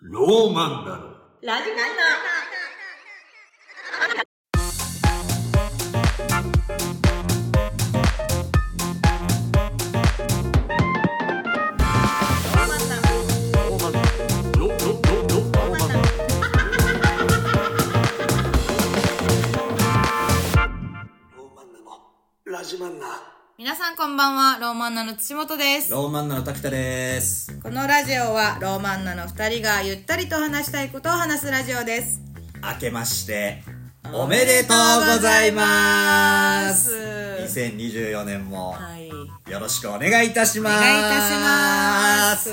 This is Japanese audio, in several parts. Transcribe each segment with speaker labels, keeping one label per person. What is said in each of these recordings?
Speaker 1: ローマンだろ。
Speaker 2: ラジカンの
Speaker 1: ロ、ロ、ロ、ロ、ローマンだろ。
Speaker 3: ローマンナのラジマンナ
Speaker 4: 皆さんこんばんは、ローマンナの土本です。
Speaker 5: ローマンナの滝田です。
Speaker 4: このラジオはローマンナの二人がゆったりと話したいことを話すラジオです。
Speaker 5: 明けまして、おめでとうございます。2024年も
Speaker 4: はい。お願いい
Speaker 5: よろしくお願いいたします。
Speaker 4: たします。。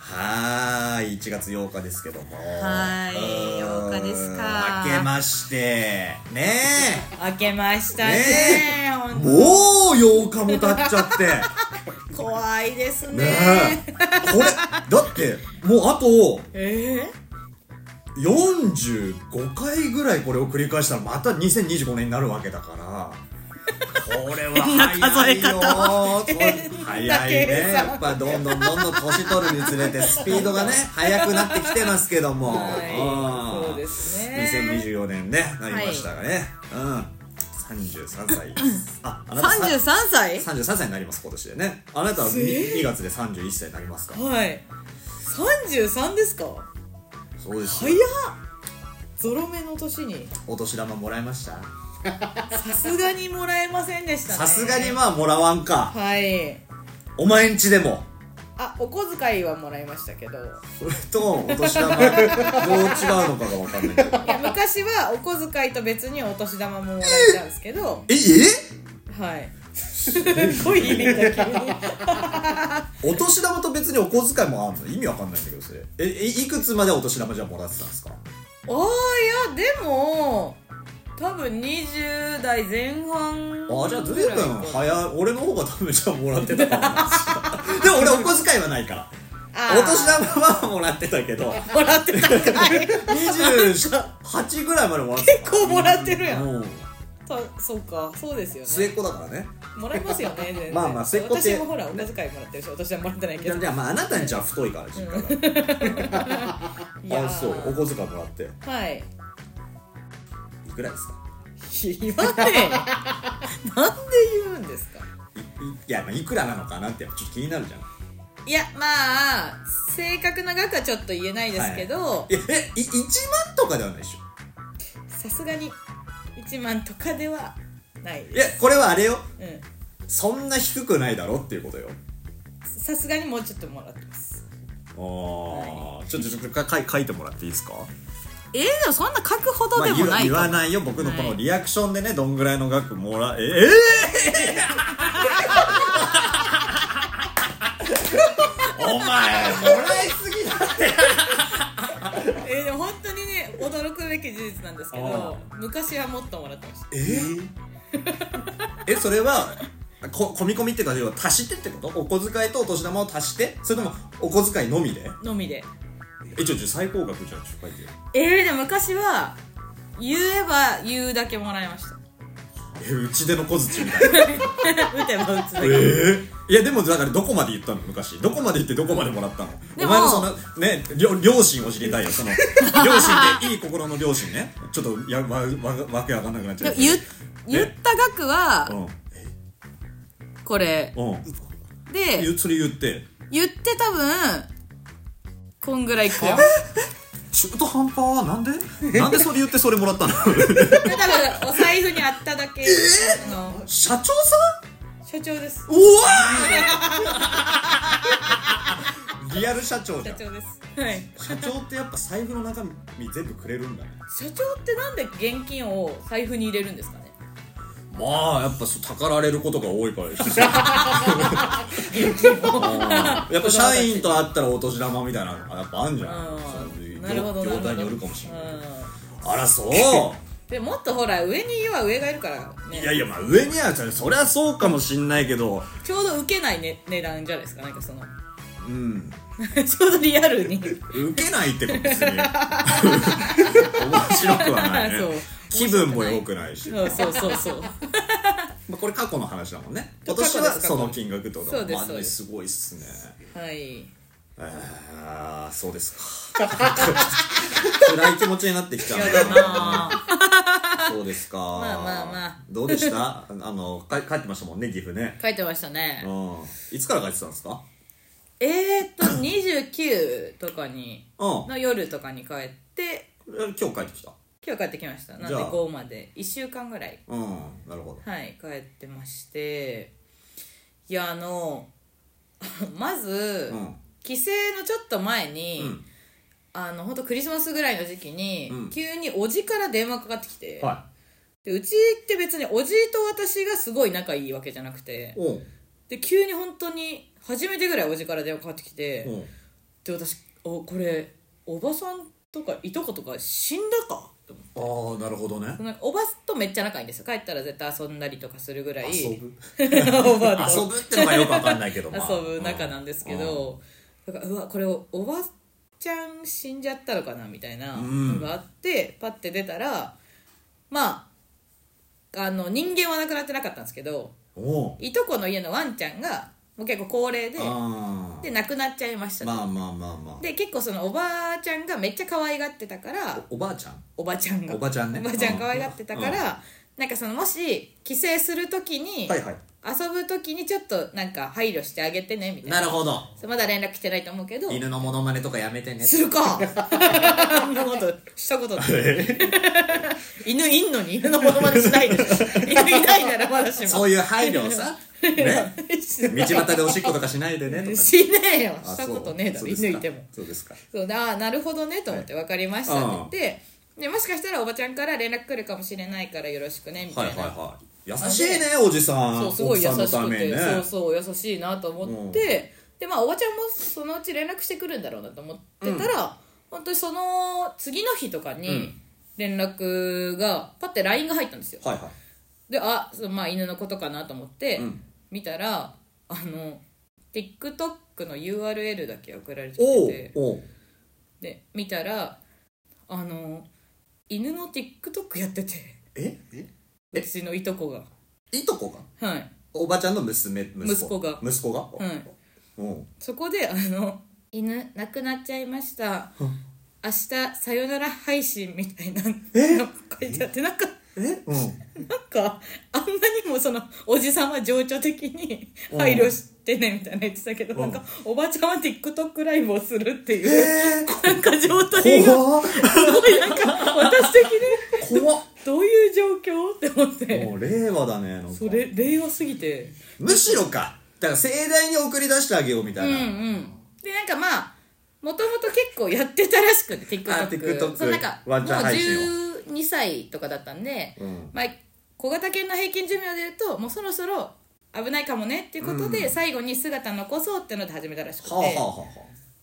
Speaker 5: はーい、1月8日ですけども。
Speaker 4: はーいう
Speaker 5: ーん
Speaker 4: 8日ですか
Speaker 5: 明けまして、ね
Speaker 4: 明けました
Speaker 5: ね
Speaker 4: ね。
Speaker 5: え。
Speaker 4: 本当に
Speaker 5: もう8日も経っちゃって。
Speaker 4: 怖いです ね
Speaker 5: ね。え。これ、だって、もうあと、
Speaker 4: え
Speaker 5: 45回ぐらいこれを繰り返したらまた2025年になるわけだからこれは 早いよそう早いね
Speaker 4: 変な数え方
Speaker 5: やっぱどんどんどんどん年取るにつれてスピード がね速くなってきてますけども、
Speaker 4: はい
Speaker 5: うん
Speaker 4: そうですね
Speaker 5: 2024年ねなりましたがね、うん33歳ですああ
Speaker 4: え
Speaker 5: なた
Speaker 4: 三十三歳？
Speaker 5: 33歳になります今年でねあなたは2月で31歳になりますから
Speaker 4: はい。三十三ですか？
Speaker 5: そうです
Speaker 4: 早っ
Speaker 5: よ。
Speaker 4: ゾロ目の年に
Speaker 5: お年玉もらいました
Speaker 4: さすがにもらえませんでしたね。
Speaker 5: さすがにまあもらわんか
Speaker 4: はい。
Speaker 5: お前んちでも
Speaker 4: あ、お小遣いはもらいましたけど。
Speaker 5: それとお年玉どう違うのかが分かんないけど
Speaker 4: いや昔はお小遣いと別にお年玉ももらえたんですけど
Speaker 5: え
Speaker 4: はいすごい意 味だけど
Speaker 5: えお年玉と別にお小遣いもあるの意味わかんないんだけどそれええいくつまでお年玉じゃもらってたんですか
Speaker 4: ああいやでも多分20代前半
Speaker 5: あじゃあ
Speaker 4: ぐ
Speaker 5: 随
Speaker 4: らい
Speaker 5: 分早い俺の方が多分じゃあもらってたかもなでも俺お小遣いはないから
Speaker 4: あー
Speaker 5: お年玉はもらってたけど
Speaker 4: もらってたんかい
Speaker 5: 28ぐらいまでもらってた
Speaker 4: 結構もらってるやん
Speaker 5: うん
Speaker 4: そそうかそうですよ
Speaker 5: 末
Speaker 4: ね
Speaker 5: っ子だからね
Speaker 4: もらいますよね全然
Speaker 5: まあまあ末っ子って
Speaker 4: 私もほらお小遣いもらってるしお年玉もらってない
Speaker 5: い
Speaker 4: け
Speaker 5: や
Speaker 4: ど
Speaker 5: じゃあまああなたんちは太いから実家が
Speaker 4: いやー
Speaker 5: あそうお小遣いもらって
Speaker 4: はい
Speaker 5: いくらですか
Speaker 4: 言わねえなんで言うんですか
Speaker 5: いいいやまあいくらなのかなってやっぱちょっと気になるじゃん
Speaker 4: いやまあ正確な額はちょっと言えないですけど
Speaker 5: いやえい1万とかではないでしょ
Speaker 4: さすがに1万とかではない
Speaker 5: いや
Speaker 4: です
Speaker 5: これはあれよ
Speaker 4: うん
Speaker 5: そんな低くないだろっていうことよ
Speaker 4: さすがにもうちょっともらってます
Speaker 5: ああ、ちょっとちょっとか書い書いてもらっていいですか
Speaker 4: えー、でもそんな書くほど
Speaker 5: まあ、
Speaker 4: で
Speaker 5: 言
Speaker 4: も
Speaker 5: わ
Speaker 4: ない
Speaker 5: 言
Speaker 4: かも、
Speaker 5: わないよ僕のこのリアクションでねどんぐらいの額もらええええ お前もらいすぎだ
Speaker 4: えー、でも本当にね驚くべき事実なんですけど昔はもっともらってました
Speaker 5: え えそれはこ込み込みっていうか要は足してってことお小遣いとお年玉を足してそれともお小遣いのみで
Speaker 4: のみで
Speaker 5: えちょちょ最高額じゃんちょっと書いてよ
Speaker 4: えー、でも昔は言えば言うだけもらいました
Speaker 5: えうちでの小槌みたいな
Speaker 4: 打てば打つだ
Speaker 5: え
Speaker 4: け
Speaker 5: ーいやでもだからどこまで言ったの昔どこまで言ってどこまでもらったの
Speaker 4: で
Speaker 5: お
Speaker 4: も
Speaker 5: 前のそのね両両親を知りたいよその両親でいい心の両親ねちょっとやわわわけわかんなくなっちゃ
Speaker 4: で
Speaker 5: う
Speaker 4: も言言った額は
Speaker 5: うん
Speaker 4: これ
Speaker 5: うん
Speaker 4: で
Speaker 5: 言それ言って
Speaker 4: 言って多分こんぐらいいくよ
Speaker 5: 中途半端はなんでなんでそれ言ってそれもらったの
Speaker 4: で多分お財布にあっただけ、あの
Speaker 5: 社長さん
Speaker 4: 所長です
Speaker 5: うわー リアル社長じゃ
Speaker 4: 社
Speaker 5: ん
Speaker 4: 長ですはい
Speaker 5: 社長ってやっぱ財布の中身全部くれるんだね
Speaker 4: 社長ってなんで現金を財布に入れるんですかね
Speaker 5: まあやっぱそうたかられることが多いからです よあーやっぱ社員と会ったらお年玉みたいなのがやっぱあんじゃん
Speaker 4: うん
Speaker 5: そ
Speaker 4: なるほど
Speaker 5: の業
Speaker 4: なるほど
Speaker 5: 態によるかもしれない
Speaker 4: うん
Speaker 5: あらそう
Speaker 4: でもっとほら上に言えば上がいるからね
Speaker 5: いやいやまあ上にはそりゃそうかもしんないけど
Speaker 4: ちょうど受けない、ね、値段じゃないですかなんかその
Speaker 5: うん
Speaker 4: ちょうどリアルに
Speaker 5: 受けないってことです ね面白くはないね
Speaker 4: そう
Speaker 5: 気分も良くないし、
Speaker 4: そうそうそうそう
Speaker 5: まあ、これ過去の話だもんね
Speaker 4: 過
Speaker 5: 今
Speaker 4: 去です
Speaker 5: 年はそ
Speaker 4: 過
Speaker 5: の
Speaker 4: 去
Speaker 5: 金額ってこと
Speaker 4: そうです
Speaker 5: まあ
Speaker 4: そうです
Speaker 5: すごいっすね
Speaker 4: はい
Speaker 5: あーそうですか 暗い気持ちになってきちゃう
Speaker 4: 嫌だなぁ
Speaker 5: そうですか
Speaker 4: まあまあまあ
Speaker 5: どうでした あのか帰ってましたもんね岐阜ね
Speaker 4: 書いてましたね
Speaker 5: うんいつから帰ってたんですか
Speaker 4: えーっと29とかに
Speaker 5: うん
Speaker 4: の夜とかに帰って
Speaker 5: え今日帰ってきた
Speaker 4: 今日帰ってきましたな
Speaker 5: じ
Speaker 4: んで
Speaker 5: ゃあ
Speaker 4: 5まで1週間ぐらい
Speaker 5: うんなるほど
Speaker 4: はい帰ってましていやあの まず、
Speaker 5: うん
Speaker 4: 帰省のちょっと前に、
Speaker 5: うん
Speaker 4: あの本当クリスマスぐらいの時期に、
Speaker 5: うん
Speaker 4: 急におじから電話かかってきて、
Speaker 5: は
Speaker 4: でうちって別におじと私がすごい仲いいわけじゃなくて
Speaker 5: いおう
Speaker 4: で急に本当に初めてぐらいおじから電話かかってきて、
Speaker 5: おう
Speaker 4: で私おこれおばさんとかいとことか死んだかって思って
Speaker 5: ああなるほどね
Speaker 4: そのおばとめっちゃ仲いいんですよ帰ったら絶対遊んだりとかするぐらい
Speaker 5: 遊ぶ
Speaker 4: おばと
Speaker 5: 遊ぶってのがよくわかんないけど、まあ、
Speaker 4: 遊ぶ仲なんですけど、だからうわこれおおばちゃん死んじゃったのかなみたいな
Speaker 5: うん
Speaker 4: のがあって、パッて出たらまああの人間は亡くなってなかったんですけど
Speaker 5: うんおう
Speaker 4: いとこの家のワンちゃんがもう結構高齢で
Speaker 5: あ
Speaker 4: で亡くなっちゃいましたと、
Speaker 5: あまあまあまあまあ
Speaker 4: で結構そのおばあちゃんがめっちゃ可愛がってたから
Speaker 5: おおばあちゃん
Speaker 4: おばちゃんが
Speaker 5: おばちゃんね
Speaker 4: おばちゃん可愛がってたから、なんかそのもし帰省する時に、
Speaker 5: はいはい
Speaker 4: 遊ぶ時にちょっとなんか配慮してあげてねみたいな
Speaker 5: なるほど
Speaker 4: そうまだ連絡来てないと思うけど
Speaker 5: 犬のモノマネとかやめてね
Speaker 4: す るかそんなことしたことない犬いんのに犬のものまねしないでしょ犬いないならまだしも
Speaker 5: そういう配慮を さね道端でおしっことかしないでねとか
Speaker 4: しねえよ
Speaker 5: あ
Speaker 4: した
Speaker 5: そう
Speaker 4: ことねえだ
Speaker 5: そ
Speaker 4: ろ
Speaker 5: うですか
Speaker 4: 犬いても
Speaker 5: そうですか
Speaker 4: そうだあーなるほどねと思って分かりましたって言って、でもしかしたらおばちゃんから連絡来るかもしれないからよろしくねみた
Speaker 5: はいい
Speaker 4: な、
Speaker 5: はいはい優しいねおじさん
Speaker 4: そうすごい優
Speaker 5: 奥
Speaker 4: し
Speaker 5: さんの
Speaker 4: く
Speaker 5: ため
Speaker 4: て、
Speaker 5: にね
Speaker 4: そうそう優しいなと思って、
Speaker 5: うん
Speaker 4: でまあおばちゃんもそのうち連絡してくるんだろうなと思ってたら、本当にその次の日とか
Speaker 5: う
Speaker 4: に
Speaker 5: ん
Speaker 4: 連絡がパッて LINE が入ったんですよ、
Speaker 5: はいはい
Speaker 4: であそのまあ犬のことかなと思って、
Speaker 5: うん
Speaker 4: 見たらあの TikTok の URL だけ送られてき
Speaker 5: お
Speaker 4: て
Speaker 5: う
Speaker 4: て
Speaker 5: おう
Speaker 4: で見たらあの犬の TikTok やってて
Speaker 5: ええ
Speaker 4: うちのいとこが
Speaker 5: いとこが
Speaker 4: はい
Speaker 5: おばちゃんの娘息子
Speaker 4: 息子が
Speaker 5: 息子が
Speaker 4: はい
Speaker 5: うん
Speaker 4: そこであの犬亡くなっちゃいました明日さよなら配信みたいなの書いてあってなんか
Speaker 5: えうん
Speaker 4: なんかあんなにもそのおじさんは情緒的に配慮してねみたいな言ってたけどなんかおばちゃんは TikTok ライブをするっていう
Speaker 5: え
Speaker 4: なんか状態
Speaker 5: ー
Speaker 4: が
Speaker 5: 怖っ
Speaker 4: すごいなんか私的に
Speaker 5: 怖っ
Speaker 4: どういう状況って思って
Speaker 5: もう令和だねなんか
Speaker 4: それ令和すぎて
Speaker 5: むしろかだから盛大に送り出してあげようみた
Speaker 4: う
Speaker 5: い
Speaker 4: んう
Speaker 5: な、
Speaker 4: んでなんかまあもともと結構やってたらしくて TikTok,
Speaker 5: あ TikTok
Speaker 4: そうなんかもう
Speaker 5: ワンチャン配信を
Speaker 4: 12歳とかだったんで、
Speaker 5: うん
Speaker 4: まあ、小型犬の平均寿命でいうともうそろそろ危ないかもねっていうことで、
Speaker 5: うん
Speaker 4: 最後に姿残そうってので始めたらしくて、
Speaker 5: はあはあは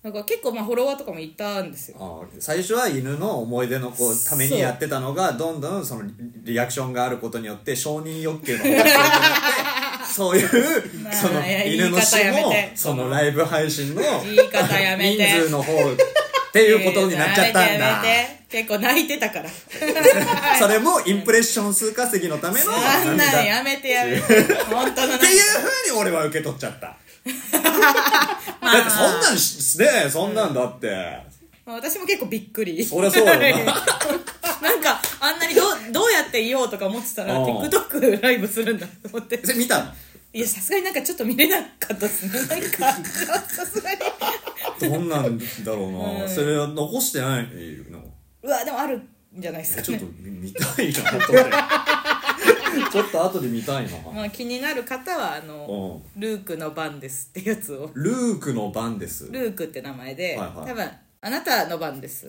Speaker 4: なんか結構まあフォロワーとかもいたんですよ
Speaker 5: あはああ最初は犬の思い出のこうためにやってたのがどんどんそのリリアクションがあることによって承認欲求の方が強くなって そういう
Speaker 4: まあ
Speaker 5: その
Speaker 4: いや
Speaker 5: 犬の死
Speaker 4: 言い方や
Speaker 5: も
Speaker 4: めて
Speaker 5: そのライブ配信の
Speaker 4: 言い方やめ
Speaker 5: 人
Speaker 4: て
Speaker 5: 数の方っていうことになっちゃったんだ
Speaker 4: やめてやめて結構泣いてたから
Speaker 5: それもインプレッション数稼ぎのための
Speaker 4: あんなん
Speaker 5: っ
Speaker 4: やめてやめて本当のなん
Speaker 5: て
Speaker 4: か
Speaker 5: いうふうに俺は受け取っちゃっただってそんなんしねそんなんだって、
Speaker 4: まあ、私も結構びっくり
Speaker 5: そりゃそうだよな
Speaker 4: なんかあんなにどうどうやって言おうとか思ってたら
Speaker 5: うん
Speaker 4: TikTok ライブするんだと思って
Speaker 5: それ見たの
Speaker 4: いやさすがになんかちょっと見れなかったですね なんかさすがに
Speaker 5: どんなんだろうな、
Speaker 4: うん
Speaker 5: それは残してないの
Speaker 4: うわでもあるんじゃないですか
Speaker 5: ちょっ
Speaker 4: ね
Speaker 5: と見見たいな 後でちょっと後で見たいな、
Speaker 4: まあ気になる方はあの
Speaker 5: うん
Speaker 4: 「ルークの番です」ってやつを
Speaker 5: ルークの番です
Speaker 4: ルークって名前
Speaker 5: は
Speaker 4: で、
Speaker 5: いはい
Speaker 4: 多分あなたの番です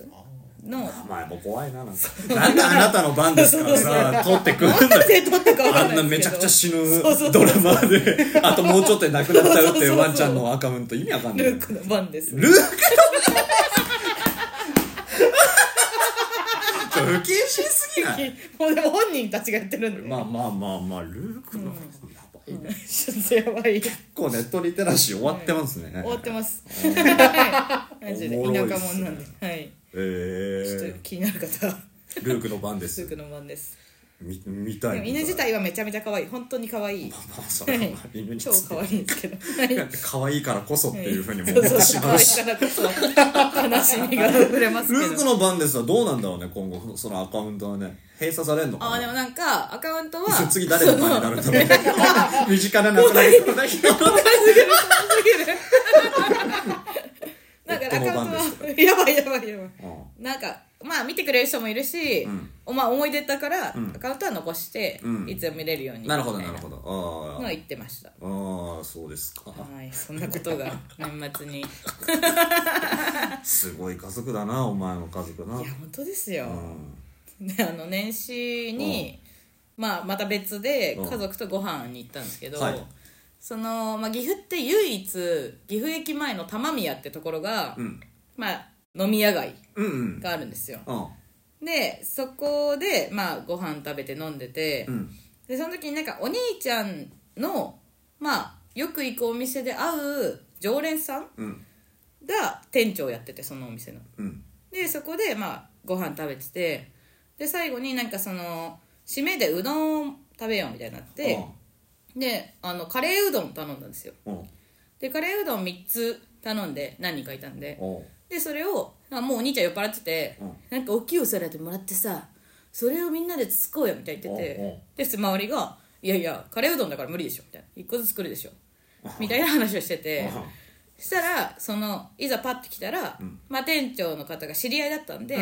Speaker 4: の
Speaker 5: 名前も怖いななんかなんであなたの番ですからさ取ってくるんだよ
Speaker 4: 手取ったかわ
Speaker 5: あ
Speaker 4: かん
Speaker 5: ん
Speaker 4: な
Speaker 5: ないめ
Speaker 4: で
Speaker 5: ちゃ
Speaker 4: す
Speaker 5: く
Speaker 4: けど
Speaker 5: ちゃ死ぬ
Speaker 4: そうそう
Speaker 5: ドラマであともうちょっとで亡くなっちゃうってい
Speaker 4: そうそうそ
Speaker 5: う
Speaker 4: うそう
Speaker 5: ワンちゃんのアカウント意味わかんない
Speaker 4: ル
Speaker 5: ル
Speaker 4: ークの番です
Speaker 5: ークの ちょ不謹慎すぎない
Speaker 4: もうでも本人たちがやってるんで、
Speaker 5: まあまあまあまあルークの番やばいね
Speaker 4: ちょっとやばい
Speaker 5: 結構ネットリテラシー終わってますね。
Speaker 4: 終わってます。マジで
Speaker 5: おもろいっすね
Speaker 4: 田舎者なんで、はい。
Speaker 5: え
Speaker 4: ちょっと
Speaker 5: ー、
Speaker 4: 気になる方は、
Speaker 5: ルークの番で
Speaker 4: スー
Speaker 5: す。
Speaker 4: クの番です。
Speaker 5: み見た
Speaker 4: で
Speaker 5: い
Speaker 4: も犬自体はめちゃめちゃ可愛い本当に可愛い
Speaker 5: まあまあそれは犬に
Speaker 4: 超
Speaker 5: つ
Speaker 4: 可愛いんですけど はい
Speaker 5: 可愛いからこそっていうふうにも
Speaker 4: そう
Speaker 5: 思っ
Speaker 4: そう
Speaker 5: て
Speaker 4: そ
Speaker 5: し
Speaker 4: う
Speaker 5: まうし
Speaker 4: 可愛いからこそ悲しみが膨れますけ
Speaker 5: ル
Speaker 4: ど
Speaker 5: ー クの番ですはどうなんだろうね今後そのアカウントはね閉鎖されんのかな
Speaker 4: あでもなんかアカウントは
Speaker 5: 次誰の番になるんだろうね身近な仲間ですね人の
Speaker 4: だからアカウント
Speaker 5: 夫
Speaker 4: は やばいやばいやば
Speaker 5: う
Speaker 4: い
Speaker 5: ん
Speaker 4: なんかまあ見てくれる人もいるし、
Speaker 5: ん
Speaker 4: おまあ、思い出だから、
Speaker 5: ん
Speaker 4: アカウントは残して、
Speaker 5: うん
Speaker 4: いつでも見れるように
Speaker 5: なるほど
Speaker 4: みた
Speaker 5: ないるほど
Speaker 4: の
Speaker 5: あ
Speaker 4: は
Speaker 5: ー
Speaker 4: 言ってました
Speaker 5: あーそうですか
Speaker 4: はいそんなこと が年末にいや
Speaker 5: すごい家族だなお前の家族な
Speaker 4: 本当ですよ
Speaker 5: う、ん
Speaker 4: であの年始に、まあ、また別で
Speaker 5: うん
Speaker 4: 家族とご飯に行ったんですけど、
Speaker 5: はい
Speaker 4: その、まあ、岐阜って唯一岐阜駅前の玉宮ってところが、
Speaker 5: うん
Speaker 4: まあ、飲み屋街
Speaker 5: うんうん
Speaker 4: があるんですよ
Speaker 5: うん
Speaker 4: でそこで、まあ、ご飯食べて飲んでて、
Speaker 5: うん
Speaker 4: でその時になんかお兄ちゃんのまあよく行くお店で会う常連さん
Speaker 5: うん
Speaker 4: が店長やっててそのお店の
Speaker 5: うん
Speaker 4: でそこでまあご飯食べててで最後になんかその締めでうどんを食べようみたいになってであのカレーうどん頼んだんですよ
Speaker 5: うんうん
Speaker 4: でカレーうどん3つ頼んで何人かいたんで
Speaker 5: おう
Speaker 4: でそれをあもうお兄ちゃん酔っ払ってて、
Speaker 5: うん
Speaker 4: なんか大きいお皿でもらってさそれをみんなでつつこうよみたいに言ってて、
Speaker 5: うんうん
Speaker 4: で普通周りが「いやいやカレーうどんだから無理でしょ」みたいな「一個ずつ作るでしょ」みたいな話をしてて
Speaker 5: うん
Speaker 4: そしたらそのいざパッて来たら、まあ、店長の方が知り合いだったんで、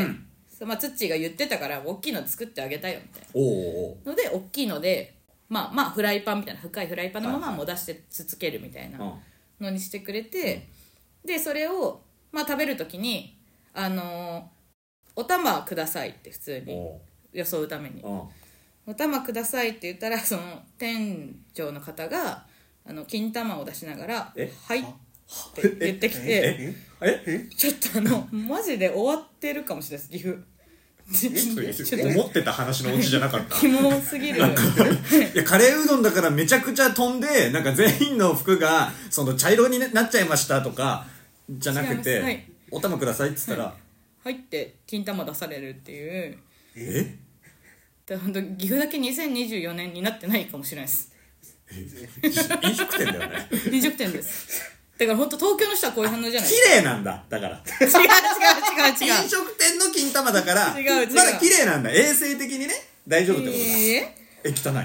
Speaker 4: そうまあ、ツッチーが言ってたから大きいの作ってあげたよみたい
Speaker 5: おうおう
Speaker 4: なので大きいのでまあまあフライパンみたいな深いフライパンのままもう出してつつけるみたいな。
Speaker 5: おううん
Speaker 4: のにしてくれて、でそれを、まあ、食べる時に「あのーお玉ください」って普通に
Speaker 5: おう
Speaker 4: 装うために
Speaker 5: うん
Speaker 4: 「お玉ください」って言ったらその店長の方があの金玉を出しながら「
Speaker 5: え
Speaker 4: はい」って言ってきて
Speaker 5: えええ
Speaker 4: ちょっとあのマジで終わってるかもしれないです岐阜 ちょっ
Speaker 5: 思ってた話のオチじゃなかった
Speaker 4: とキモすぎる
Speaker 5: いやカレーうどんだからめちゃくちゃ飛んでなんか全員の服がその茶色になっちゃいましたとかじゃなく
Speaker 4: 違い
Speaker 5: て、
Speaker 4: ますはい
Speaker 5: お玉くださいっつったら、
Speaker 4: 入って金玉出されるっていう
Speaker 5: え
Speaker 4: で本当岐阜だけ2024年になってないかもしれないです
Speaker 5: 飲食店だよね
Speaker 4: 飲食店ですだから本当東京の人はこういう反応じゃない
Speaker 5: 綺麗なんだだから
Speaker 4: 違う違う違う違
Speaker 5: 飲食店の金玉だから
Speaker 4: 違う違う
Speaker 5: まだ綺麗なんだ衛生的にね大丈夫ってことだ、え汚
Speaker 4: え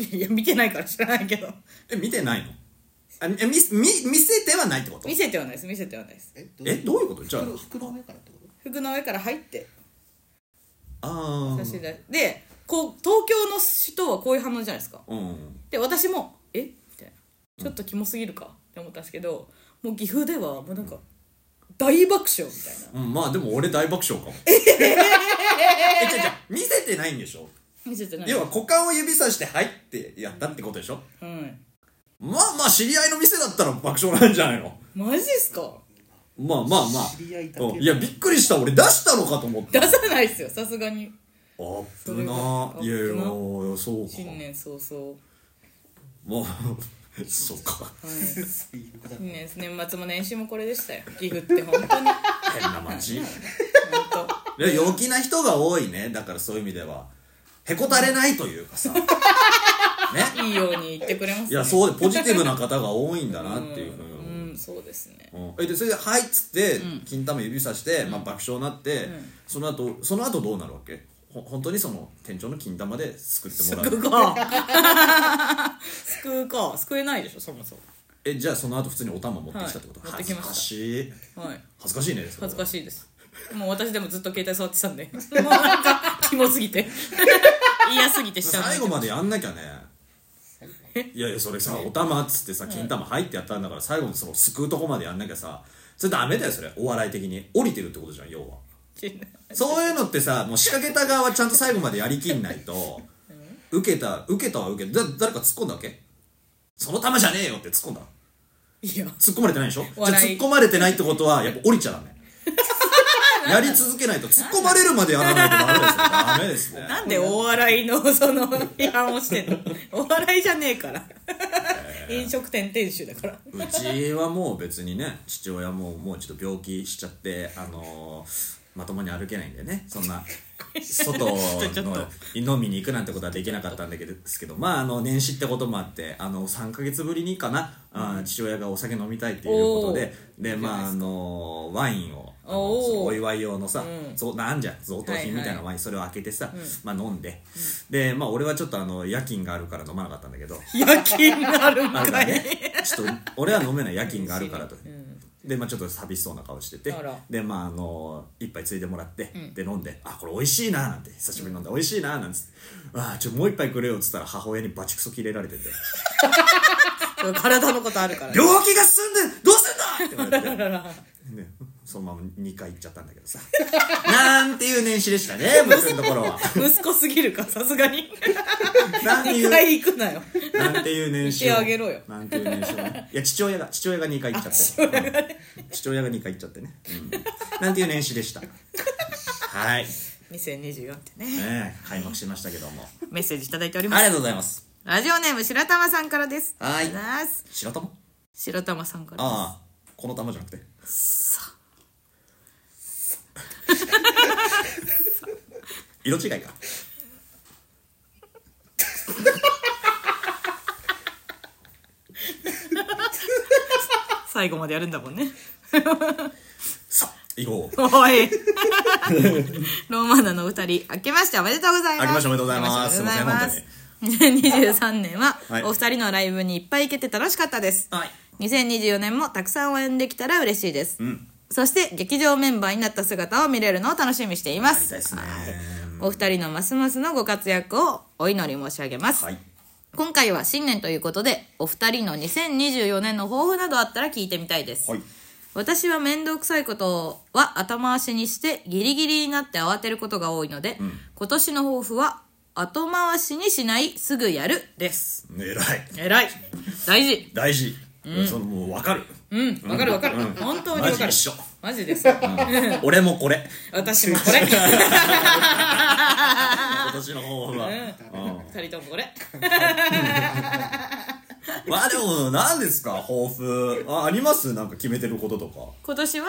Speaker 5: い
Speaker 4: ーいや見てないから知らないけど
Speaker 5: え見てないのあえ見見見せてはないってこと
Speaker 4: 見せてはないです見せてはないです
Speaker 2: えどう
Speaker 5: えどういうことじゃあ
Speaker 2: 袋袋の上からってこと
Speaker 4: 服の上から入って
Speaker 5: あ
Speaker 4: 差し
Speaker 5: ー
Speaker 4: 出でこう東京の人はこういう反応じゃないですか
Speaker 5: うん
Speaker 4: で私も「えみたいなちょっとキモすぎるかって思ったんですけどもう岐阜ではもうなんか大爆笑みたいな
Speaker 5: うん、まあでも俺大爆笑かも。 ええ違う違う見せてないんでしょ
Speaker 4: 見せてない
Speaker 5: 要は股間を指さして入ってやったってことでしょ
Speaker 4: うん、
Speaker 5: まあまあ知り合いの店だったら爆笑なんじゃないの
Speaker 4: マジっすか
Speaker 5: まあまあまあ。
Speaker 2: 知り合いだけ
Speaker 5: うんいやびっくりした俺出したのかと思って。
Speaker 4: 出さないっすよさすがに
Speaker 5: あっぶ
Speaker 4: れ
Speaker 5: な
Speaker 4: が
Speaker 5: いやい
Speaker 4: あっぶな
Speaker 5: やそうか。
Speaker 4: 新年早々
Speaker 5: まあ そうか。
Speaker 4: はい
Speaker 2: そういうことだ
Speaker 4: ね、年末も年始もこれでしたよ岐阜って本 当に本
Speaker 5: 変な街。い
Speaker 4: 当
Speaker 5: や陽気な人が多いねだからそういう意味では。へこたれないというか さ。ね。
Speaker 4: いいように言ってくれますね
Speaker 5: いやそうでポジティブな方が多いんだなっていうふうに思う。
Speaker 4: うんそうですね
Speaker 5: うんえでそれで「はい」っつって、金玉指さして、まあ、爆笑になって、その後その後どうなるわけほ本当にその店長の金玉ですくってもら
Speaker 4: 救
Speaker 5: う
Speaker 4: う か救うか救えないでしょそもそ
Speaker 5: えじゃあその後普通にお玉持ってきたってこと、
Speaker 4: はい
Speaker 5: 恥ずかしい
Speaker 4: もはい
Speaker 5: 恥ずかしいね
Speaker 4: 恥ずか
Speaker 5: し
Speaker 4: しいですもう私でもずっと携帯触って たんでもうなんかキモすぎて 嫌すぎてしちゃう
Speaker 5: 最後までやんなきゃね いやいやそれさお玉っつってさ金玉入ってやったんだから最後にそのすくうとこまでやんなきゃさそれダメだよそれお笑い的に降りてるってことじゃん要はそういうのってさもう仕掛けた側はちゃんと最後までやりきんない と受けた受けたは受けただ誰か突っ込んだわけその球じゃねえよって突っ込んだ
Speaker 4: いや
Speaker 5: 突っ込まれてないでしょじゃあ
Speaker 4: 笑
Speaker 5: 突
Speaker 4: い
Speaker 5: っ込まれてないってことはやっぱ降りちゃダメ やり続けないと突っ込まれるまでやらないとダメですよダメですね
Speaker 4: なんでお笑いのその批判をしてんのお笑いじゃねえから飲食店店主だから
Speaker 5: うちはもう別にね父親ももうちょっと病気しちゃってあのーまともに歩けないんでねそんな外
Speaker 4: ちょっ
Speaker 5: の
Speaker 4: と
Speaker 5: 飲みに行くなんてことはできなかったんだけどですけどまああの年始ってこともあってあの3か月ぶりにかな、あー父親がお酒飲みたいっていうことででまああのワインをあの
Speaker 4: おー
Speaker 5: そうお祝い用のさ、
Speaker 4: うん
Speaker 5: そうなんじゃん贈答品みたい
Speaker 4: はいは
Speaker 5: ないワインそれを開けてさ、まあ飲んで、でまあ俺はちょっとあの夜勤があるから飲まなかったんだけど
Speaker 4: 夜勤があるん
Speaker 5: あるか
Speaker 4: からい、
Speaker 5: ね ちょっと俺は飲めない夜勤があるからと、でまあちょっと寂しそうな顔してて
Speaker 4: あら
Speaker 5: でまああの一杯ついでもらって、で飲んで「あこれ美味しいな」なんて久しぶりに飲んで「美味しいな」なんつって「あーちょもう一杯くれよ」っつったら母親にバチクソ切れられてて
Speaker 4: 体のことあるか
Speaker 5: 「
Speaker 4: らね
Speaker 5: 病気が進んでどうすんだ!」って言われて
Speaker 4: あらら
Speaker 5: ね、そのまま2回行っちゃったんだけどさなんていう年始でしたね僕のところは
Speaker 4: 息子すぎるかさすがに
Speaker 5: なんてい
Speaker 4: 一
Speaker 5: う
Speaker 4: 回行くなよ
Speaker 5: なんていう年収
Speaker 4: 言ってあげろよ
Speaker 5: なんていう年収ねいや父親が父親が2回行っちゃって父親,、父親が2回行っちゃってね、うん、なんていう年収でしたはい、ね
Speaker 4: 2024ってね
Speaker 5: え、開幕しましたけども
Speaker 4: メッセージいただいており
Speaker 5: あ
Speaker 4: ま
Speaker 5: りが
Speaker 4: す
Speaker 5: とうございます
Speaker 4: ラジオネーム白玉さんからです
Speaker 5: はい
Speaker 4: ありがとうございます
Speaker 5: 白玉
Speaker 4: 白玉さんからです
Speaker 5: ああこの玉じゃなくて色違いか
Speaker 4: 最後までやるんだもんね
Speaker 5: さあ行こう
Speaker 4: お いローマンナのお二人明けましておめでとうございます
Speaker 5: 明けましておめでとうございます
Speaker 4: 明けしておめでとうございます
Speaker 5: すい
Speaker 4: 2023年は
Speaker 5: はい
Speaker 4: お二人のライブにいっぱい行けて楽しかったです、
Speaker 5: はい
Speaker 4: 2024年もたくさん応援できたら嬉しいです、そして劇場メンバーになった姿を見れるのを楽しみにしていま
Speaker 5: やり
Speaker 4: す
Speaker 5: たいですね
Speaker 4: お二人のますますのご活躍をお祈り申し上げます、
Speaker 5: はい
Speaker 4: 今回は新年ということでお二人の2024年の抱負などあったら聞いてみたいです、
Speaker 5: はい
Speaker 4: 私は面倒くさいことは頭回しにしてギリギリになって慌てることが多いので、今年の抱負は後回しにしないすぐやるです
Speaker 5: 偉い
Speaker 4: 偉い大事
Speaker 5: 大事、そのもう分かる、
Speaker 4: うんわかるわかる、本当にわ
Speaker 5: マ
Speaker 4: かる
Speaker 5: ジ一緒
Speaker 4: マジでさ
Speaker 5: 俺もこれ
Speaker 4: 私もこれ
Speaker 5: 今年の抱負は、
Speaker 4: 二人ともこれ
Speaker 5: まあでも何ですか抱負あありますなんか決めてることとか、
Speaker 4: 今年は、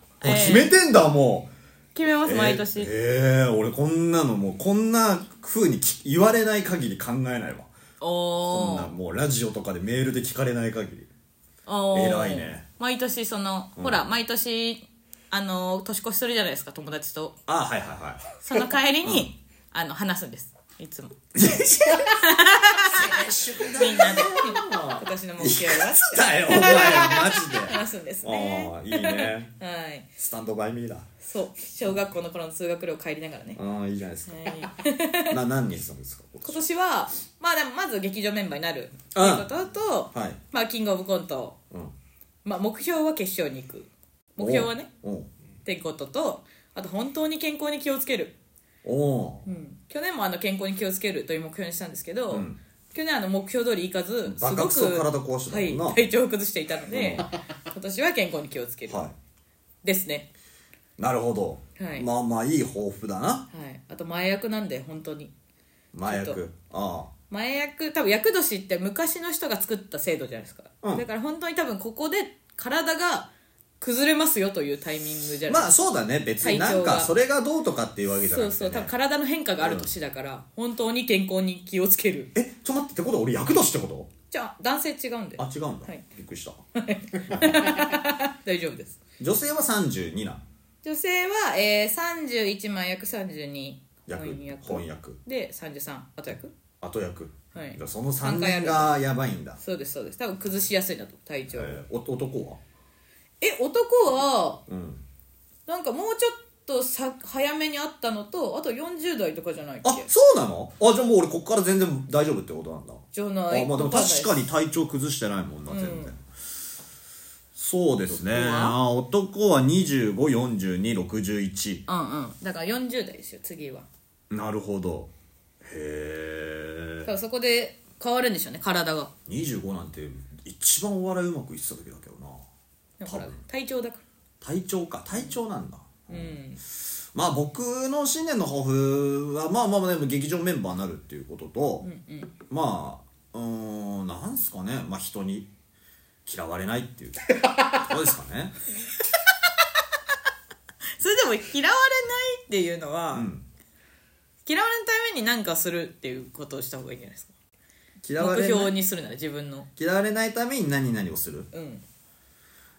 Speaker 5: あ
Speaker 4: えー
Speaker 5: 決めてんだも
Speaker 4: 決めます
Speaker 5: う
Speaker 4: 毎年、
Speaker 5: えーえー俺こんなのもうこんな風にき言われない限り考えないわこん
Speaker 4: お
Speaker 5: な
Speaker 4: ー
Speaker 5: もうラジオとかでメールで聞かれない限り
Speaker 4: おー
Speaker 5: 偉いね
Speaker 4: 毎年その、ほら毎年あのー年越しするじゃないですか友達と
Speaker 5: あはいはいはい
Speaker 4: その帰りに、あの話すんですい つもみん なで今年の目標は
Speaker 5: 来たよお 前マジで
Speaker 4: 話すんですね
Speaker 5: ああいいね
Speaker 4: はい
Speaker 5: スタンドバイミーだ
Speaker 4: そう小学校の頃の通学路を帰りながらね、
Speaker 5: ああいいじゃないですか
Speaker 4: はい
Speaker 5: な何人するんですか今
Speaker 4: 今年はまあでもまず劇場メンバーになるって
Speaker 5: うん
Speaker 4: ことと、
Speaker 5: はい
Speaker 4: まあキングオブコント、
Speaker 5: うん
Speaker 4: まあ、目標は決勝に行く目標はね
Speaker 5: おう
Speaker 4: ってこととあと本当に健康に気をつける、
Speaker 5: おう
Speaker 4: うん去年もあの健康に気をつけるという目標にしたんですけど、
Speaker 5: ん
Speaker 4: 去年あの目標通りいかずす
Speaker 5: バカ
Speaker 4: ご
Speaker 5: クソ
Speaker 4: く
Speaker 5: 体壊してたもんな
Speaker 4: はい、体調を崩していたので、今年は健康に気をつける、
Speaker 5: は
Speaker 4: ですね、
Speaker 5: いなるほど、
Speaker 4: はい
Speaker 5: まあまあいい抱負だな
Speaker 4: はい、あと前役なんで本当に
Speaker 5: 麻
Speaker 4: ちょっ
Speaker 5: 薬あ
Speaker 4: 前役多分厄年って昔の人が作った制度じゃないですか、
Speaker 5: うん
Speaker 4: だから本当に多分ここで体が崩れますよというタイミングじゃ
Speaker 5: あ
Speaker 4: ない
Speaker 5: まあそうだね別になん
Speaker 4: 体調
Speaker 5: か
Speaker 4: が
Speaker 5: それがどうとかっていうわけじゃな
Speaker 4: そ
Speaker 5: く
Speaker 4: う
Speaker 5: て、ね、
Speaker 4: そう多分体の変化がある年だから、本当に健康に気をつける
Speaker 5: えちょっと待ってってことは俺役年ってこ
Speaker 4: じゃあ男性違うんで
Speaker 5: とあ違うんだ、
Speaker 4: はい
Speaker 5: びっくりした
Speaker 4: 大丈夫です
Speaker 5: 女性は32な
Speaker 4: 女性は、えー、31万役32
Speaker 5: 役
Speaker 4: 翻訳
Speaker 5: 翻訳
Speaker 4: で33後役
Speaker 5: 後役、
Speaker 4: はい
Speaker 5: じゃあその3
Speaker 4: 三回あ
Speaker 5: 年
Speaker 4: る
Speaker 5: がやばいんだ、
Speaker 4: そうですそうです多分崩しやすいなと体調、
Speaker 5: えーお男は
Speaker 4: え男は
Speaker 5: うん
Speaker 4: なんかもうちょっとさ早めにあったのとあと40代とかじゃないっけ
Speaker 5: あそうなのあじゃあもう俺こっから全然大丈夫ってことなんだ
Speaker 4: じゃない
Speaker 5: あまあでも
Speaker 4: わかんないです
Speaker 5: 確かに体調崩してないもんな全然、
Speaker 4: うん
Speaker 5: そうですね
Speaker 4: 男は
Speaker 5: あ男は254261
Speaker 4: うんうんだから40代ですよ次は
Speaker 5: なるほどへ
Speaker 4: だか
Speaker 5: え
Speaker 4: らそこで変わるんでしょうね体が
Speaker 5: 25なんて一番お笑いうまくいってた時だけどな多
Speaker 4: だから
Speaker 5: 分
Speaker 4: 体調だか
Speaker 5: 体調か体調なんだ
Speaker 4: らうん
Speaker 5: まあ僕の新年の抱負はまあまあまあでも劇場メンバーになるっていうことと、まあうーんなんすかねまあ人に嫌われないって いうそうですかね
Speaker 4: それでも嫌われないっていうのは、
Speaker 5: ん
Speaker 4: 嫌われるために何かするっていうことをした方がいいんじゃないですか
Speaker 5: 嫌わ
Speaker 4: 目
Speaker 5: れな
Speaker 4: 標
Speaker 5: い
Speaker 4: にするなら自分の
Speaker 5: 嫌われないために何々をする
Speaker 4: うん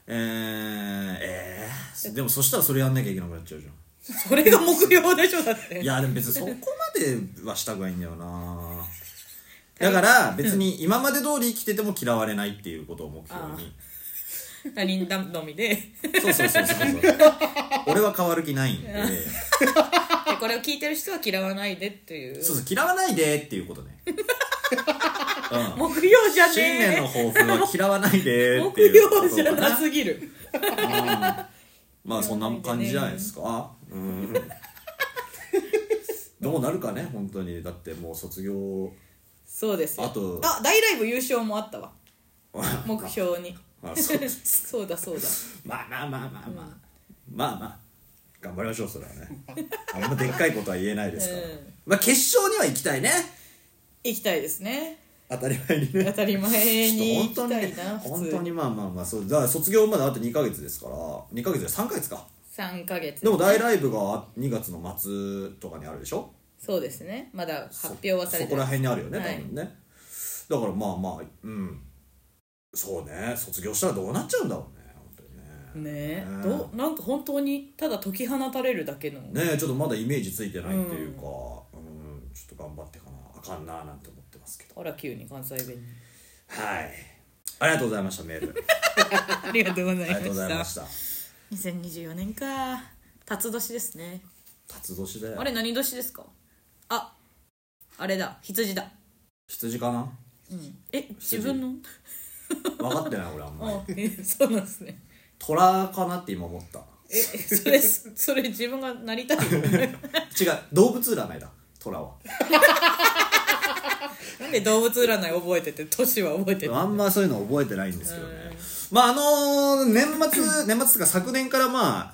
Speaker 5: えー、えー、でもそしたらそれやんなきゃいけなくなっちゃうじゃん
Speaker 4: それが目標でしょだって
Speaker 5: いやでも別にそこまではしたくないんだよなだから別に今まで通り生きてても嫌われないっていうことを目標に
Speaker 4: 他人頼みで
Speaker 5: そうそうそうそうそう 俺は変わる気ないんで
Speaker 4: でこれを聞いてる人は嫌わないでっていう
Speaker 5: そうそう嫌わないでっていうこと ね、うん、
Speaker 4: 目標じゃね
Speaker 5: 新年の
Speaker 4: え
Speaker 5: 抱負は嫌わないでって
Speaker 4: 目
Speaker 5: いうこ
Speaker 4: 標
Speaker 5: と
Speaker 4: じ
Speaker 5: か
Speaker 4: ゃ
Speaker 5: な
Speaker 4: なすぎる
Speaker 5: まあそんな感じじゃないですかうんどうなるかね本当にだってもう卒業
Speaker 4: そうですよ
Speaker 5: あと
Speaker 4: あ大ライブ優勝もあったわ目標に
Speaker 5: まあそう
Speaker 4: そうだそうだ
Speaker 5: まあまあまあまあまあ、まあまあ頑張りましょうそれはねあんまでっかいことは言えないですから、
Speaker 4: うん
Speaker 5: まあ決勝には行きたいね
Speaker 4: 行きたいですね
Speaker 5: 当たり前にね
Speaker 4: 当たり前に行
Speaker 5: 本
Speaker 4: き
Speaker 5: 当に
Speaker 4: た
Speaker 5: ね
Speaker 4: いな普
Speaker 5: 本
Speaker 4: 通
Speaker 5: 当にまあまあまあそうだから卒業まであと2か月ですから2か月で3か月か
Speaker 4: 3ヶ月
Speaker 5: でも大ライブが2月の末とかにあるでしょ
Speaker 4: そうですねまだ発表はされ
Speaker 5: そ
Speaker 4: て
Speaker 5: こ
Speaker 4: な
Speaker 5: ら
Speaker 4: い
Speaker 5: 辺にあるよね多
Speaker 4: はい
Speaker 5: 分ね、だからまあまあうんそうね卒業したらどうなっちゃうんだろうね本当にね
Speaker 4: ねえどうなんか本当にただ解き放たれるだけの
Speaker 5: ねえちょっとまだイメージついてないっていうか、うんちょっと頑張ってかなあかんななんて思ってますけど
Speaker 4: あら急に関西弁に
Speaker 5: はい ありがとうございましたメール
Speaker 4: ありがとうござ
Speaker 5: ありがとうございました
Speaker 4: 2024年か辰年ですね
Speaker 5: 辰年で
Speaker 4: あれ何年ですかああれだ羊だ
Speaker 5: 羊かな
Speaker 4: え自分の
Speaker 5: 分かってない俺あん まり
Speaker 4: あえそうなんですね
Speaker 5: 虎かなって今思った
Speaker 4: えそれそれ自分がなりたい
Speaker 5: 違う動物占いだ虎は
Speaker 4: なんで動物占い覚えてて年は覚えてて
Speaker 5: あんまそういうの覚えてないんですけどねまああのー年末 年末っていうか昨年からまあ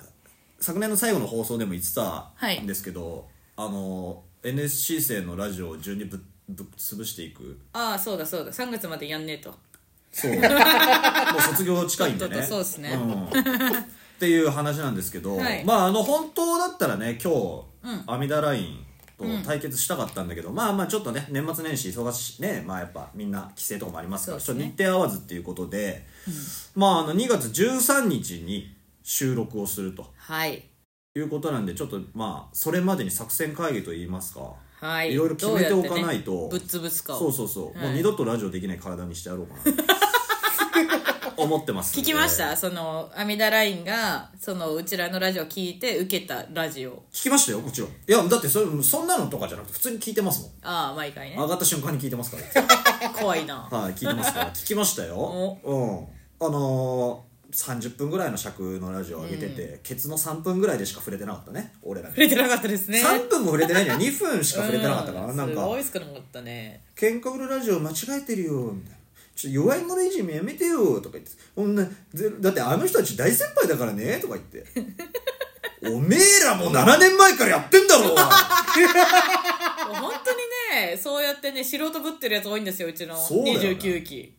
Speaker 5: 昨年の最後の放送でも言ってた
Speaker 4: はい
Speaker 5: んですけど、あのー NSC 生のラジオを順にぶっぶっ潰していく
Speaker 4: ああそうだそうだ3月までやんねえと
Speaker 5: そうもう卒業近いんで
Speaker 4: とっ
Speaker 5: ね
Speaker 4: ととそうっすね
Speaker 5: ん、っていう話なんですけど、
Speaker 4: はい
Speaker 5: まああの本当だったらね今日、
Speaker 4: う
Speaker 5: 阿弥陀ラインと対決したかったんだけど、まあまあちょっとね年末年始忙しいねまあやっぱみんな帰省とかもありますから、ち
Speaker 4: そ
Speaker 5: ょ
Speaker 4: う
Speaker 5: っ
Speaker 4: です
Speaker 5: と日
Speaker 4: ね
Speaker 5: 程合わずっていうことで、まああの2月13日に収録をすると
Speaker 4: はい
Speaker 5: いうことなんでちょっとまあそれまでに作戦会議といいますか、
Speaker 4: はい
Speaker 5: いろいろ決めておかないと
Speaker 4: どうやってねぶっつぶすかを
Speaker 5: そうそうそう、
Speaker 4: はい
Speaker 5: もう二度とラジオできない体にしてやろうかな 思ってますん
Speaker 4: 聞
Speaker 5: で
Speaker 4: きましたその阿弥陀ラインがそのうちらのラジオ聞いて受けたラジオ
Speaker 5: 聞きましたよもちろんいやだってそれそんなのとかじゃなくて普通に聞いてますもん
Speaker 4: ああ毎回ね
Speaker 5: 上がった瞬間に聞いてますから
Speaker 4: 怖いな
Speaker 5: はい聞いてますから聞きました ようんあのー、30分ぐらいの尺のラジオを上げてて、ケツの3分ぐらいでしか触れてなかったね俺ら
Speaker 4: 触れてなかったですね
Speaker 5: 3分も触れてないのに2分しか触れてなかったから、
Speaker 4: うん
Speaker 5: なん
Speaker 4: す
Speaker 5: か
Speaker 4: ごい少なかったね
Speaker 5: 喧嘩売るラジオ間違えてるよみたいなちょっと弱い者いじめやめてよとか言ってこんなぜだってあの人たち大先輩だからねとか言って おめえらもう7年前からやってんだろう が
Speaker 4: もう本当にねそうやってね素人ぶってるやつ多いんですようちの
Speaker 5: そうだよね
Speaker 4: 29期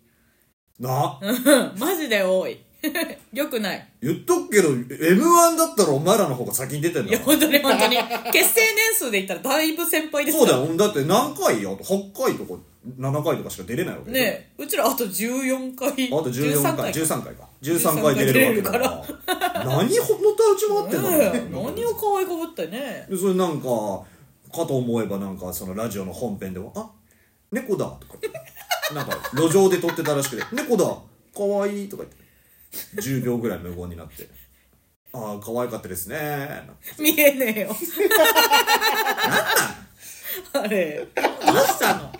Speaker 5: な
Speaker 4: うんマジで多い よくない
Speaker 5: 言っとくけど m 1だったらお前らの方が先に出てん
Speaker 4: い
Speaker 5: だ
Speaker 4: や
Speaker 5: よ
Speaker 4: 本当に本当に結成年数で言ったらだいぶ先輩です
Speaker 5: そ
Speaker 4: か
Speaker 5: うだ
Speaker 4: ら
Speaker 5: よだって何回よ8回とか7回とかしか出れないわけでしょ
Speaker 4: ねえうちらあと14回あ
Speaker 5: あと14回13
Speaker 4: 13
Speaker 5: 回か13回出れるわけだから何ほのたうち回ってんだろうね
Speaker 4: ねえ何を可愛くぶってね
Speaker 5: でそれなんかかと思えばなんかそのラジオの本編でも「あ猫だ」とか 言ってなんか路上で撮ってたらしくて「猫だかわいい」とか言って10秒ぐらい無言になって「ああ可愛かったですね」なんか
Speaker 4: 見えねえよあれどうしたの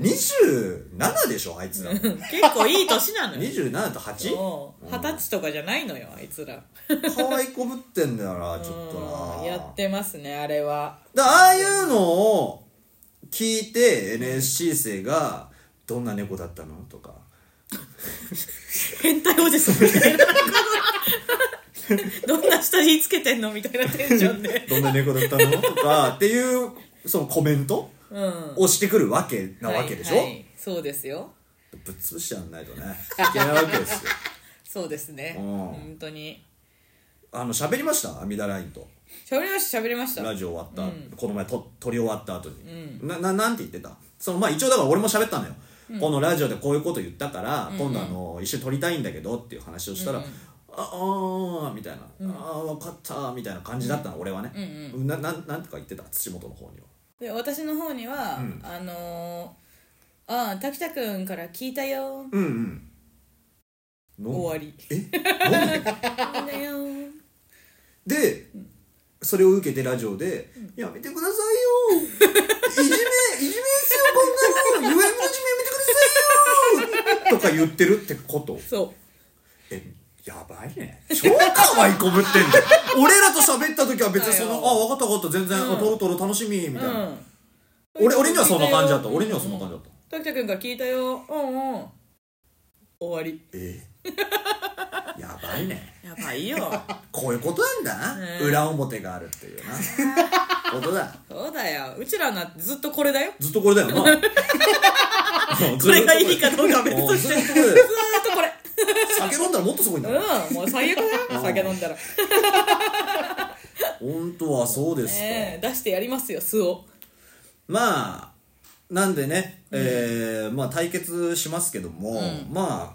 Speaker 5: 27でしょあいつら
Speaker 4: 結構いい年なのよ
Speaker 5: 27と 8?
Speaker 4: そう二十歳とかじゃないのよあいつら
Speaker 5: 可愛いこぶってんだよなちょっと
Speaker 4: うん
Speaker 5: な
Speaker 4: やってますねあれは
Speaker 5: だああいうのを聞いて NSC 生が「どんな猫だったの?」とか
Speaker 4: 変態おじ さんみたいなどんな下着つけてんのみたいなテンションで
Speaker 5: どんな猫だったのと かっていうそのコメント
Speaker 4: うん
Speaker 5: をしてくるわけなわけでしょ、
Speaker 4: はいはいそうですよ
Speaker 5: ぶっ潰してやんないとねいけないわけですよ
Speaker 4: そうですね
Speaker 5: うん
Speaker 4: 本当に
Speaker 5: あの喋りました阿弥陀ラインと
Speaker 4: 喋りました喋りました
Speaker 5: ラジオ終わった、この前と撮り終わった後に、なななんて言ってたそのまあ一応だから俺も喋ったのよ、このラジオでこういうこと言ったから、今度あの一緒に撮りたいんだけどっていう話をしたら、ああーみたいな、ああ分かったみたいな感じだったの、俺はね、ななんなんとか言ってた土本の方には
Speaker 4: で私の方には、あのー、ああ滝田君から聞いたよ
Speaker 5: うんうん飲んだ
Speaker 4: 終わり
Speaker 5: え飲んだ
Speaker 4: 聞いたよ
Speaker 5: でそれを受けてラジオで「やめてください よいじめいじめですよこんなの弱い者いじめやめてくださいよ」とか言ってるってこと
Speaker 4: そ
Speaker 5: えやばいね超可愛い子ぶってんじゃ ん俺らと喋った時は別にその「
Speaker 4: だよ
Speaker 5: あ分かった分かった全然、あトロトロ楽しみ」みた
Speaker 4: うう
Speaker 5: いな、
Speaker 4: ん
Speaker 5: 俺俺にはそんな感じだった
Speaker 4: うん
Speaker 5: 俺にはそんな感じだった、
Speaker 4: 滝田君から聞いたようんうん終わり
Speaker 5: えーやばいね
Speaker 4: やばいよ
Speaker 5: こういうことなんだな、
Speaker 4: ね
Speaker 5: 裏表があるって いうなことだ
Speaker 4: そうだようちらなずっとこれだよ
Speaker 5: ずっとこれだよ なこ
Speaker 4: これがいいかどうかは別として
Speaker 5: ずっとこ
Speaker 4: ず
Speaker 5: れ
Speaker 4: ーっとこれ
Speaker 5: 酒飲んだらもっとすごいんだから
Speaker 4: うんもう最悪だよ酒飲んだら
Speaker 5: 本当はそうですか、
Speaker 4: ええ出してやりますよ巣を
Speaker 5: まあなんでね、えーまあ対決しますけども、まあ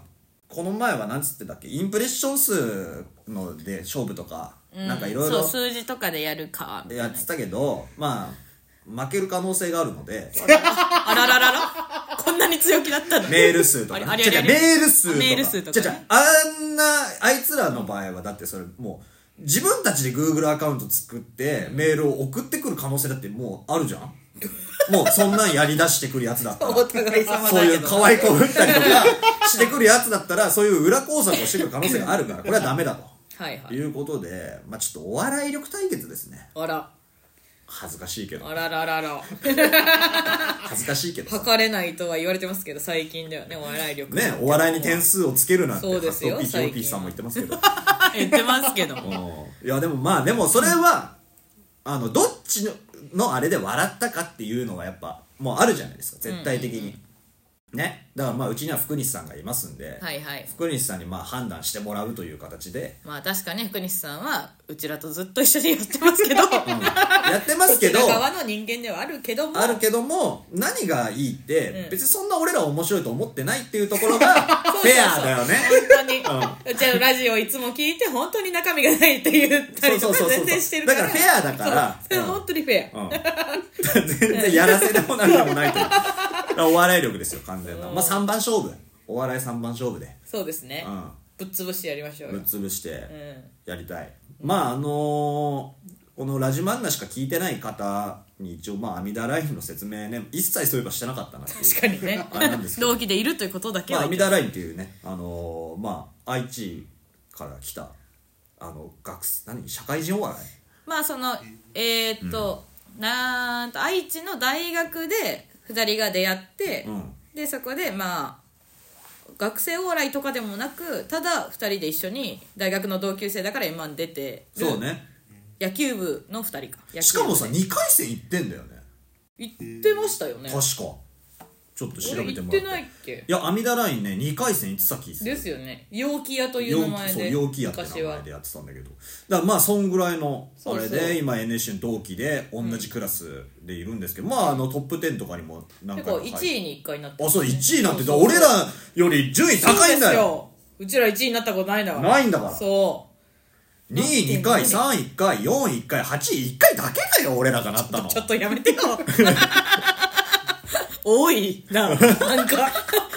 Speaker 5: この前はなんつってたっけインプレッション数ので勝負とか、なんかいろいろ
Speaker 4: 数字とかでやるか
Speaker 5: やってたけどまあ負ける可能性があるので
Speaker 4: あららららこんなに強気だったの
Speaker 5: メール数とか
Speaker 4: あ
Speaker 5: ね
Speaker 4: れあれ
Speaker 5: 違う違
Speaker 4: あ
Speaker 5: う
Speaker 4: れ
Speaker 5: メール数とか
Speaker 4: メール数とかね
Speaker 5: 違う違うあんなあいつらの場合はだってそれもう自分たちで Google アカウント作ってメールを送ってくる可能性だってもうあるじゃんもうそんなんやりだしてくるやつだったら
Speaker 4: お互い様だけど
Speaker 5: そういう可愛い子ぶったりとかしてくるやつだったらそういう裏工作をしてくる可能性があるからこれはダメだと
Speaker 4: はいはい
Speaker 5: いうことでまあちょっとお笑い力対決ですね
Speaker 4: あら
Speaker 5: 恥ずかしいけど
Speaker 4: あらららら
Speaker 5: 恥ずかしいけど
Speaker 4: 測れないとは言われてますけど最近ではねお笑い力
Speaker 5: ねお笑いに点数をつけるなんて
Speaker 4: そうですよ
Speaker 5: ハットピー
Speaker 4: 最
Speaker 5: キオピー
Speaker 4: 近
Speaker 5: さんも言ってますけど
Speaker 4: 言ってますけども
Speaker 5: うんいやでもまあでもそれは、あのどっちののあれで笑ったかっていうのはやっぱもうあるじゃないですか絶対的に、ねだからまあうちには福西さんがいますんで、
Speaker 4: はいはい
Speaker 5: 福西さんにまあ判断してもらうという形で、
Speaker 4: まあ確かね福西さんはうちらとずっと一緒にやってますけど、
Speaker 5: うんやってますけ
Speaker 4: うち
Speaker 5: ど
Speaker 4: ら側の人間ではあるけども
Speaker 5: あるけども何がいいって、
Speaker 4: ん
Speaker 5: 別にそんな俺ら面白いと思ってないっていうところが
Speaker 4: そう
Speaker 5: フ
Speaker 4: そうそう
Speaker 5: ェアだよね
Speaker 4: 本当に、うちらのラジオいつも聞いて本当に中身がないって言ったり
Speaker 5: そ
Speaker 4: とか
Speaker 5: うそうそうそう
Speaker 4: 全然してるから
Speaker 5: だからフェアだから
Speaker 4: そうそれは本当にフェア、
Speaker 5: うん全然やらせでもなんでもないという だからお笑い力ですよ完全な、まあ3番勝負お笑い3番勝負で
Speaker 4: そうですね、
Speaker 5: うん
Speaker 4: ぶっ潰してやりましょう
Speaker 5: ぶ
Speaker 4: よ
Speaker 5: っ、潰して
Speaker 4: うん、
Speaker 5: やりたい、まああのーこのラジマンナしか聞いてない方に一応まあ阿弥陀ラインの説明ね一切そういえばしてなかったなっていう
Speaker 4: 確かにね
Speaker 5: あれなんですけど
Speaker 4: 同期でいるということだけ
Speaker 5: まあ、
Speaker 4: は
Speaker 5: アミダラインっていうね、あのーまあ、愛知から来た、あの、学生、何社会人お笑
Speaker 4: まあそのえーっと、なんと愛知の大学で2人が出会って、
Speaker 5: うん
Speaker 4: でそこでまあ学生お笑いとかでもなくただ2人で一緒に大学の同級生だから今出て
Speaker 5: い
Speaker 4: る
Speaker 5: そうね。
Speaker 4: 野球部の2人か野球部で
Speaker 5: しかもさ、2回戦行ってんだよね。
Speaker 4: 行ってましたよね
Speaker 5: 確か。ちょっと調べて
Speaker 4: 俺行っ
Speaker 5: もらってて。
Speaker 4: ないっ
Speaker 5: い
Speaker 4: け
Speaker 5: や、アミダラインね、2回戦行ってた気する。
Speaker 4: ですよね陽気屋という
Speaker 5: 陽
Speaker 4: 名
Speaker 5: 気
Speaker 4: 前
Speaker 5: そう
Speaker 4: で
Speaker 5: 陽気やって
Speaker 4: 昔
Speaker 5: 名
Speaker 4: は
Speaker 5: 前でやってたんだけどだからまあそんぐらいのあれで
Speaker 4: そうそう
Speaker 5: 今 NSC の同期で同じクラスでいるんですけど、まああのトップ10とかにも何
Speaker 4: 結
Speaker 5: 回
Speaker 4: 構
Speaker 5: も入って
Speaker 4: 1位に1回なって
Speaker 5: あそう1位なんて
Speaker 4: そうそう
Speaker 5: 俺らより順位高いんだよ
Speaker 4: そうですようちら1位になったことないんだから
Speaker 5: ないんだから
Speaker 4: そう
Speaker 5: 2位2回3位1回4位1回8位1回だけだよ俺らがなったの
Speaker 4: ちょっとやめてよ。 多いな。なんか、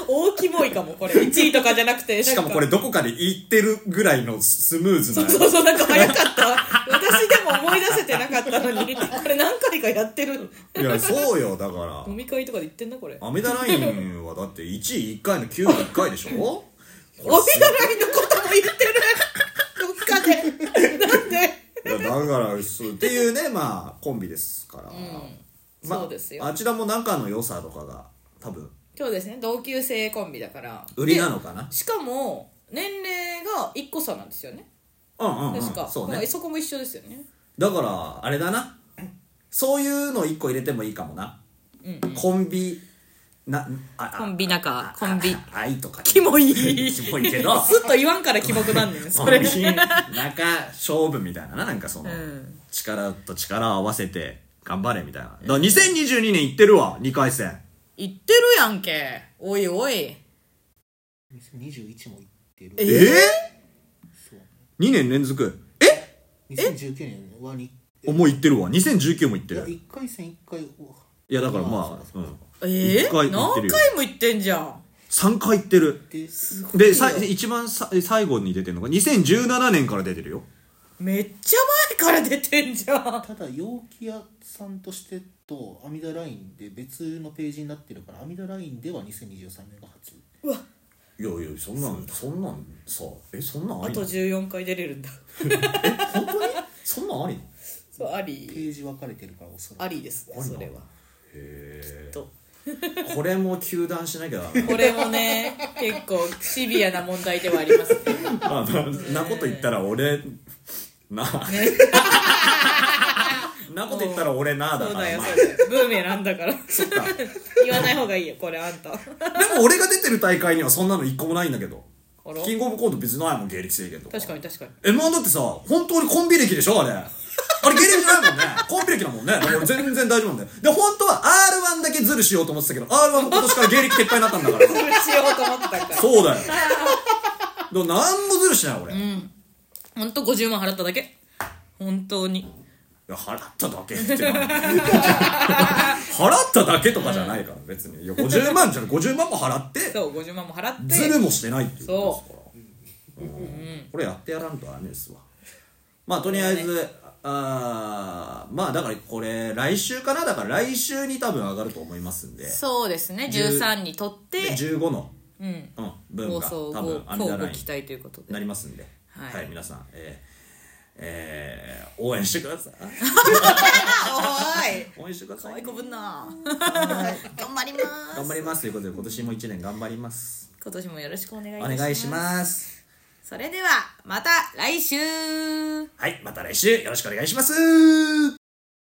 Speaker 4: 大きもいかも、これ。1位とかじゃなくて。
Speaker 5: しかもこれ
Speaker 4: なん
Speaker 5: どこかで言ってるぐらいのスムーズな
Speaker 4: そうそう、なんか早かった。私でも思い出せてなかったのに、これ何回かやってる。
Speaker 5: いやそうよだか
Speaker 4: 飲み会とかで言ってんだ、これ。
Speaker 5: らアメダラインはだって1位1回の9位1回でしょ
Speaker 4: おみだらいのことも言ってる。どっかで。なんで
Speaker 5: いやだからそうっていうねまあコンビですから、まあ
Speaker 4: そうですよ
Speaker 5: あちらも仲の良さとかが多分
Speaker 4: そうですね、同級生コンビだから。
Speaker 5: 売りなのかな
Speaker 4: でしかも、年齢が1個差なんですよね。
Speaker 5: うんうん、うん、
Speaker 4: 確か。
Speaker 5: そう
Speaker 4: まあ
Speaker 5: ね
Speaker 4: そこも一緒ですよね。
Speaker 5: だからあれだなそういうの1個入れてもいいかもな、コンビなああ
Speaker 4: コンビ仲コンビ
Speaker 5: あ愛とか
Speaker 4: キモいキ
Speaker 5: モいけ ど
Speaker 4: スッと言わんからキモくなんねんそれ
Speaker 5: 仲勝負みたいなななんかその、
Speaker 4: ん
Speaker 5: 力と力を合わせて頑張れみたいなだから2022年行ってるわ2回戦
Speaker 4: 言ってるやんけおいおい
Speaker 2: 2021も行ってる
Speaker 4: え
Speaker 5: え
Speaker 2: そう
Speaker 5: ー、2年連続え
Speaker 2: 2019年はに
Speaker 5: おもう行ってるわ2019も行って
Speaker 2: いや
Speaker 5: る
Speaker 2: 1回戦1回お
Speaker 5: いやだから
Speaker 2: そう
Speaker 5: ま
Speaker 2: か
Speaker 5: あ、
Speaker 2: そううか
Speaker 5: ん、
Speaker 4: え
Speaker 5: 一回
Speaker 4: ー、
Speaker 5: 言
Speaker 4: 何
Speaker 5: ってるよ
Speaker 4: 回も言ってんじゃん
Speaker 5: 3回行ってる
Speaker 2: です
Speaker 5: でさ一番さ最後に出てるのが2017年から出てるよ
Speaker 4: めっちゃ前から出てんじゃん
Speaker 2: ただ陽気屋さんとしてと阿弥陀ラインで別のページになってるから阿弥陀ラインでは2023年が初
Speaker 5: いやいやそんなんそんなんさえそんなんあ
Speaker 4: あ
Speaker 5: り
Speaker 4: と
Speaker 5: なの
Speaker 4: 14回出れるんだ
Speaker 5: 本当にそんなんありなの
Speaker 4: そうあ
Speaker 2: ペ
Speaker 4: り
Speaker 2: ージ分かれてるからおそ
Speaker 4: あ
Speaker 2: らく
Speaker 4: りですね
Speaker 5: ありな
Speaker 4: そ
Speaker 5: の
Speaker 4: れはきっと
Speaker 5: これも糾弾しなきゃだ
Speaker 4: これもね結構シビアな問題ではありますね
Speaker 5: なあななこと言ったら俺 な なこと言ったら俺なだ
Speaker 4: そう
Speaker 5: から
Speaker 4: だよ
Speaker 5: ま
Speaker 4: そ
Speaker 5: あ
Speaker 4: うだよブーメランだから
Speaker 5: そっかで
Speaker 4: 言わない方がいいよこれあんた
Speaker 5: も俺が出てる大会にはそんなの一個もないんだけど
Speaker 4: あら
Speaker 5: キングオブコント別にないもん芸歴制限とか
Speaker 4: 確かに確かに
Speaker 5: M1 だってさ本当にコンビ歴でしょあれあれ芸歴じゃないもん ねコンビ歴だもんねだから俺全然大丈夫なんだよで本当は r 1だけズルしようと思ってたけど r 1も今年から芸歴撤廃になったんだ から
Speaker 4: しようと思ってたから
Speaker 5: そうだよだから何もズルしない俺、い
Speaker 4: ほんと50万払っただけ本当に
Speaker 5: や払っただけって な払っただけとかじゃないから別にいや50万じゃない50万も払って
Speaker 4: そう50万も払って
Speaker 5: ズルもしてないっていうことですから、うんこれやってやらんとダメですわまあとりあえず、あーまあだからこれ来週かなだから来週に多分上がると思いますんで
Speaker 4: そうですね13にとって
Speaker 5: で15の、
Speaker 4: うん
Speaker 5: うん、分
Speaker 4: 放
Speaker 5: が
Speaker 4: 送
Speaker 5: 多
Speaker 4: を
Speaker 5: 分アン
Speaker 4: 乞
Speaker 5: ダー
Speaker 4: う
Speaker 5: ラ
Speaker 4: ご
Speaker 5: イン
Speaker 4: 期待ということで
Speaker 5: なりますんで、
Speaker 4: はい
Speaker 5: はい、皆さん、えーえー応援してくださ い。
Speaker 4: あおい
Speaker 5: 応援してください。
Speaker 4: ぶ
Speaker 5: 頑
Speaker 4: んな頑張ります
Speaker 5: 張りますということで、今年も一年頑張ります。
Speaker 4: 今年もよろしくお願い
Speaker 5: お
Speaker 4: いたします
Speaker 5: 願いします。
Speaker 4: それではまた来週
Speaker 5: はい、また来週よろしくお願いします。